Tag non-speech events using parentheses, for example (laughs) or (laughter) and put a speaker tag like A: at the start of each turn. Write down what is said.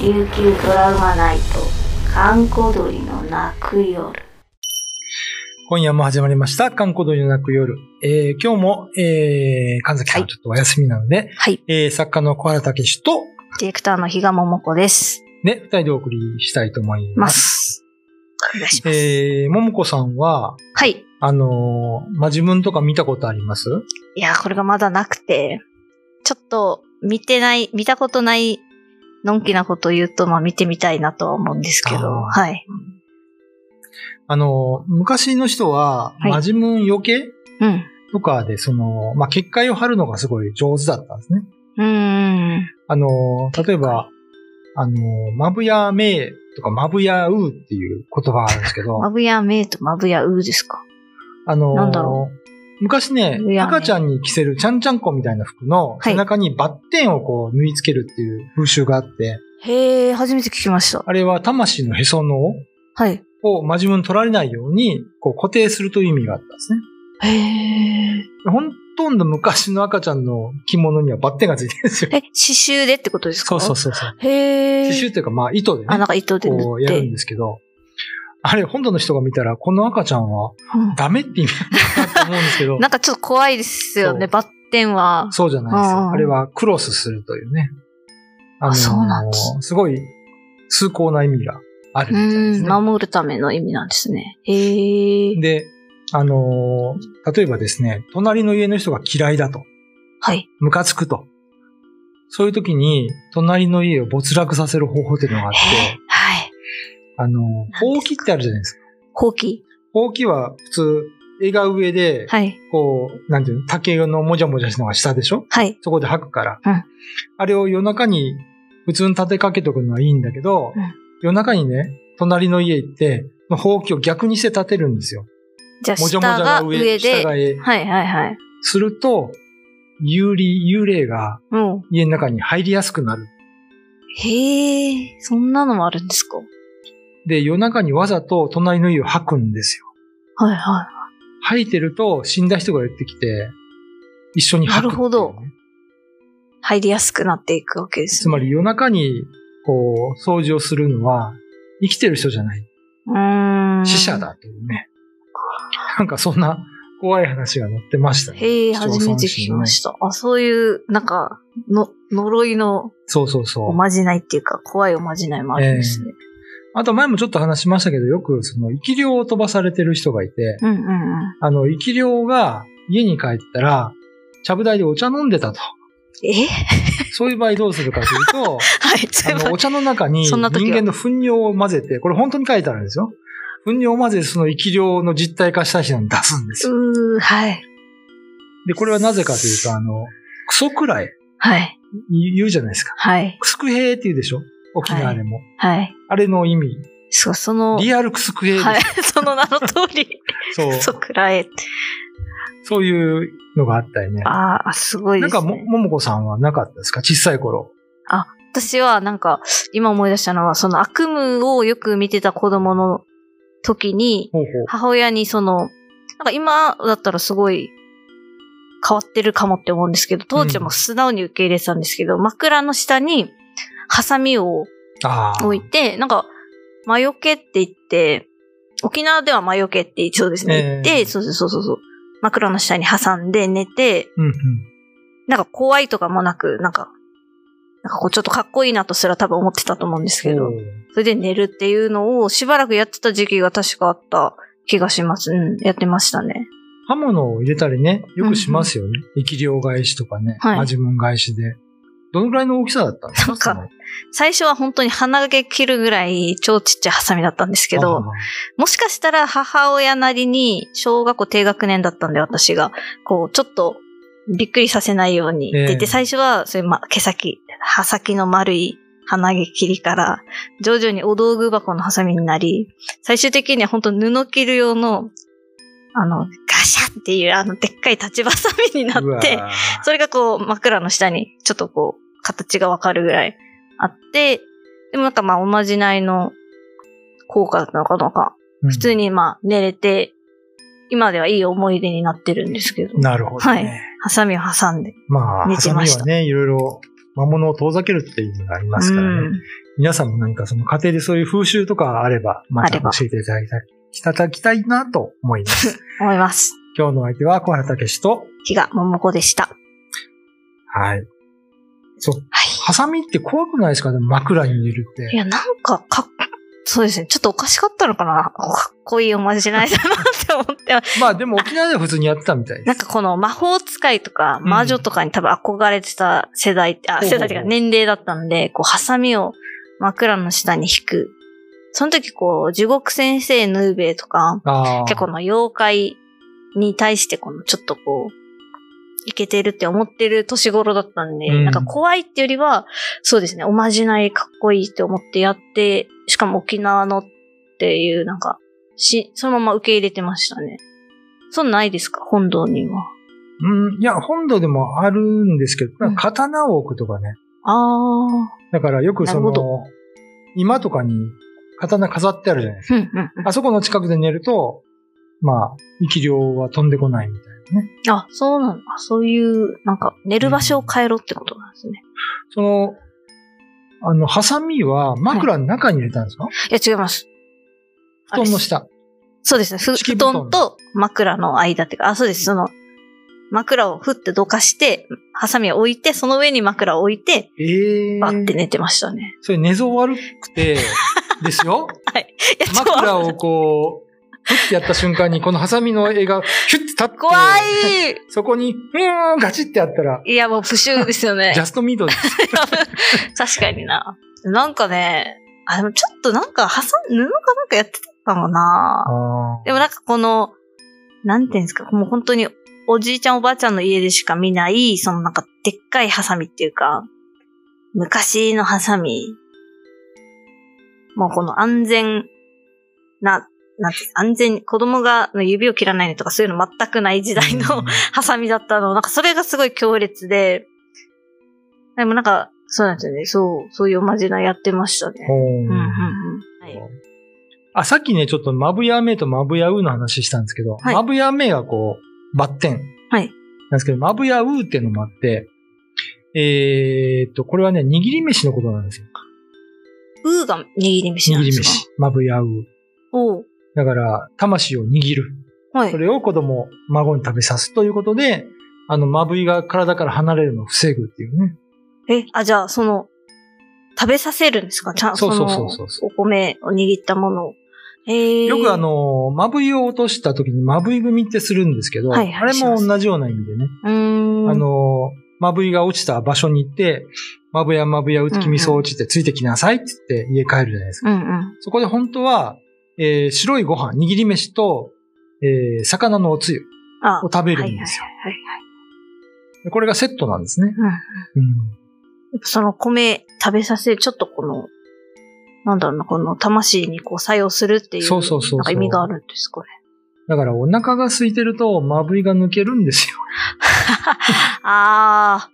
A: 琉球ドラマナイト観光鳥の泣く夜
B: 今夜も始まりました。観光鳥の泣く夜。えー、今日も、えー、神崎さ
A: は
B: ん
A: い
B: ちょっとお休みなので、
A: はい
B: えー、作家の小原武史と、
A: ディレクターの比嘉桃子です
B: ね、二人でお送りしたいと思い
A: ま
B: ます。
A: すお願いします、
B: えー、ももこさんは、
A: はい
B: あのーまあ、自分とか見たことあります
A: いやこれがまだなくてちょっと見てない見たことないのんきなこと言うとまあ見てみたいなとは思うんですけど
B: あー
A: はい
B: あのー昔の人は、
A: はい
B: マジムン余計
A: うん
B: とかで、その、まあ、結界を張るのがすごい上手だったんですね。
A: うーん
B: あのー例えば、あのーマブヤメイとかマブヤウーっていう言葉があるんですけ
A: (laughs)
B: ど、
A: まぶやめとまぶやうですか
B: あのー
A: なんだろ
B: 昔ね
A: う、やね
B: 赤ちゃんに着せるちゃんちゃんこみたいな服の
A: はい
B: 背中にバッテンをこう縫い付けるっていう風習があって、
A: へえ初めて聞きました
B: あれは魂のへその緒
A: はい
B: をマジムに取られないようにこう固定するという意味があったんですね。
A: へえ
B: ほとんど昔の赤ちゃんの着物にはバッテンがついてるん
A: (laughs)
B: ですよ。
A: え、刺繍でってことです
B: そ
A: か
B: うそうそうそう。
A: へえ。
B: (laughs) 刺繍っていうかまあ糸でね
A: あ、なん、か糸で
B: こ
A: 縫
B: う
A: っ
B: や
A: て。
B: るんですけど、あれ本土の人が見たらこの赤ちゃんは
A: うん
B: ダメって意味だと思うんですけ
A: (laughs) 、
B: ど
A: なんかちょっと怖いですよね、
B: そう
A: バッテンは。
B: そうじゃないです
A: うんうん
B: よ。あれはクロスするというね。あ
A: あそうなんです
B: すごい崇高な意味がある
A: う
B: みたいで
A: ん、
B: すね。
A: 守るための意味なんですね。へえ。
B: で、あのー例えばですね、隣の家の人が嫌いだと、
A: はい。
B: ムカつくと。そういう時に、隣の家を没落させる方法っていうのがあっ
A: へえ
B: て、
A: はい。
B: あのー、ほうきってあるじゃないですか。
A: ほうき。
B: ほうきは普通、絵が上で、
A: はい。
B: こう、なんていうの、竹のもじゃもじゃしたのが下でしょ
A: はい。
B: そこで吐くから。
A: うん
B: あれを夜中に普通に立てかけとくのはいいんだけど、
A: うん
B: 夜中にね、隣の家行って、ほうきを逆にして立てるんですよ。
A: じゃあ、
B: もじ
A: 下
B: ゃもじゃ
A: が
B: が上、
A: 上で。
B: 下が上。
A: はいはいはい。
B: すると、幽霊、幽霊が
A: うん。
B: 家の中に入りやすくなる。
A: へえ、そんなのもあるんですか
B: で、夜中にわざと隣の家を吐くんですよ。
A: はいは
B: 吐いてると死んだ人が寄ってきて、一緒に吐くっていうね、
A: なるほどい。入りやすくなっていくわけです、
B: つ
A: ね。
B: まり夜中に、こう、掃除をするのは、生きてる人じゃない。
A: うーん。
B: 死者。だというね。なんかそんな怖い話が載ってましたね。
A: へえ、
B: 市町村
A: 初めて聞きました。あ、そういう、なんか、の、呪いの
B: そうそうそ
A: お
B: う。
A: まじないっていうか、怖いおまじないもあるんですね。
B: あと前もちょっと話しましたけど、よくその生き量を飛ばされてる人がいて、
A: うんうんうん。
B: あの、生き量が家に帰ったら、ちゃぶ台でお茶飲んでたと。
A: え
B: そういう場合どうするかという
A: (laughs)
B: と、
A: はい、すいま
B: あ
A: せ
B: の、
A: ん
B: お。茶の中に
A: そ
B: 人
A: んな時は
B: 間の糞尿を混ぜて、これ本当に書いてあるんですよ。糞尿を混ぜてその生き量の実体化した人に出すんですよ。
A: うー、はい。
B: で、これはなぜかというと、あの、クソくらい
A: はい。
B: 言うじゃないですか。
A: はい。
B: クスクヘーって言うでしょ沖縄でも。
A: はい。
B: あれの意味。
A: そう、その、
B: リアルクスクヘーです、
A: はい。 (laughs) その名の通り、
B: (laughs) そう。
A: そうくらい。
B: そういうのがあったよね。
A: ああ、すごい
B: な
A: で
B: ん
A: す
B: かも、
A: ね。
B: ももこさんはなかったですか小さい頃。
A: 私は、なんか、今思い出したのは、その悪夢をよく見てた子供の時に、
B: ほうほ
A: 母親にその、なんか今だったらすごい変わってるかもって思うんですけど、当時はもう素直に受け入れてたんですけど、枕の下にハサミを
B: う。ああ。
A: 置いて、なんか、魔除けって言って、沖縄では魔除けって一応ですね、
B: ええ
A: 言って、そうそうそうそう、枕の下に挟んで寝て、
B: うんうん。
A: なんか怖いとかもなく、なんか、なんかこうちょっとかっこいいなとすら多分思ってたと思うんですけど、
B: ほう
A: それで寝るっていうのをしばらくやってた時期が確かあった気がします。うん、やってましたね。
B: 刃物を入れたりね、よくしますよね。生き量返しとかね。
A: はい
B: マジモン返しで。どのくらいの大きさだったんですか
A: なんか最初は本当に鼻毛切るぐらい超ちっちゃいハサミだったんですけど、、もしかしたら母親なりに小学校低学年だったんで私が、こう、ちょっとびっくりさせないようにって言って、
B: ええ
A: 最初はそういう、ま、毛先、刃先の丸い鼻毛切りから、徐々にお道具箱のハサミになり、最終的には本当布切る用の、あの、ガシャっていうあの、でっかい立ちばさみにな
B: うわ
A: っ
B: ー
A: て、それがこう枕の下にちょっとこう形がわかるぐらいあって、でもなんかまあおまじないの効果なのかなんか、
B: うん
A: 普通にまあ寝れて、今ではいい思い出になってるんですけど、
B: なるほどね。
A: はいハサミを挟んで。
B: まあ、
A: 寝
B: ハ
A: て
B: サ
A: ま
B: ミ
A: した
B: はね、いろいろ魔物を遠ざけるっていうのがありますからね。
A: うん
B: 皆さんも何かその家庭でそういう風習とかあれば、また
A: あれば
B: 教えていただきたい、いただきたいなと思います。
A: (laughs) 思います。
B: 今日のお相手は小原武史と、
A: 比嘉桃子でした。
B: はい。そう、
A: は
B: ハサミって怖くないですかね枕に入れるっ
A: い。い
B: て。
A: や、なんか、かっ、そうですね。ちょっとおかしかったのかなかっこいいおまじないだなって思
B: (laughs)
A: ってます。
B: まあでも沖縄では普通にやってたみたいで
A: なん
B: す。
A: かこの魔法使いとか
B: うん
A: 魔女とかに多分憧れてた世代、あ、
B: ほうほうほう
A: 世代というか年齢だったんで、こう、ハサミを枕の下に引く。その時こう、地獄先生ヌーベイとか、
B: ああ。
A: 結構の妖怪に対してこのちょっとこう、いけてるって思ってる年頃だったんで、
B: うん
A: なんか怖いってよりは、そうですね、おまじないかっこいいって思ってやって、しかも沖縄のっていう、なんか、し、そのまま受け入れてましたね。そんなんないですか本堂には。
B: うん、いや、本土でもあるんですけど、なんか刀を置くとかね。
A: あ
B: だからよくそ
A: なるほ
B: の、今とかに刀飾ってあるじゃないですか。
A: ー。うんうんうん
B: あそこの近くで寝ると、まあ、生き量は飛んでこないみたいなね。
A: あ、そうなんだ。そういう、なんか、寝る場所を変えろってことなんですね。
B: その、あの、ハサミは枕の中に入れたんですか、
A: いや、違います。
B: 布団の下。
A: そうですね。ふ
B: 敷
A: 布
B: 布団
A: 団と枕の間っていうか、あ、そうです。その、枕をふってどかして、ハサミを置いて、その上に枕を置いて、
B: ええ
A: バッて寝てました
B: (laughs)
A: ね。
B: それ寝相悪く
A: (laughs)
B: て、ですよ。
A: いや、ちょっと
B: 枕をこう、ふってやった瞬間に、このハサミの絵が、ヒュッて立って、
A: 怖い
B: そこに、うーん、ガチってやったら、
A: いや、もうプシュー (laughs) ですよね
B: ジ。ャストミートです。
A: 確かにな。なんかね、あ、でもちょっとなんか、ハサミ、布かなんかやってたかもな。でもなんかこの、なんていうんですか、もう本当におじいちゃんおばあちゃんの家でしか見ない、そのなんかでっかいハサミっていうか、昔のハサミ、もうこの安全な、なんていうか安全に子供がの指を切らないのとかそういうの全くない時代の、 (laughs)
B: うん
A: ハサミだったの。なんかそれがすごい強烈で、でもなんか、そうなんですよね。そう、そういうおまじないやってましたね。うんうんうん。はい
B: あ、さっきね、ちょっとマブヤメとマブヤウーの話したんですけど、
A: はい
B: マブヤメがこう、バッテン。
A: はい
B: なんですけど、マブヤウーっていうのもあって、えー、っと、これはね、握り飯のことなんですよ。
A: ウーが握り飯な
B: 握
A: んで
B: り
A: すか
B: 飯。マブヤウー。
A: おう
B: だから、魂を握る。
A: はい
B: そ。れを子供、孫に食べさすということで、あの、マブイが体から離れるのを防ぐっていうね。
A: え、あ、じゃあ、その、食べさせるんですかちゃん
B: そうそう
A: の
B: そうそうそう
A: お米を握ったものを。えー、
B: よくあ、の、マブイを落とした時にマブイ組ってするんですけど、
A: はいはい
B: あれも同じような意味でね。
A: うーん。
B: あ、の、マブイが落ちた場所に行って、マブやマブやうつきみそ落ちてついてきなさいって言って家帰るじゃないですか。
A: うんうん。
B: そこで本当は、えー白いご飯、握り飯と、えー魚のおつゆ
A: あ
B: を、食べるんですよ。
A: はいはいはい
B: でこれがセットなんですね。
A: うんうん
B: うん
A: やっぱその米食べさせる、ちょっとこの、なんだろうな、この魂にこう作用するっていう、
B: そうそうそうそう
A: なんか意味があるんですかね。
B: だからお腹が空いてると、マブイが抜けるんですよ。
A: あ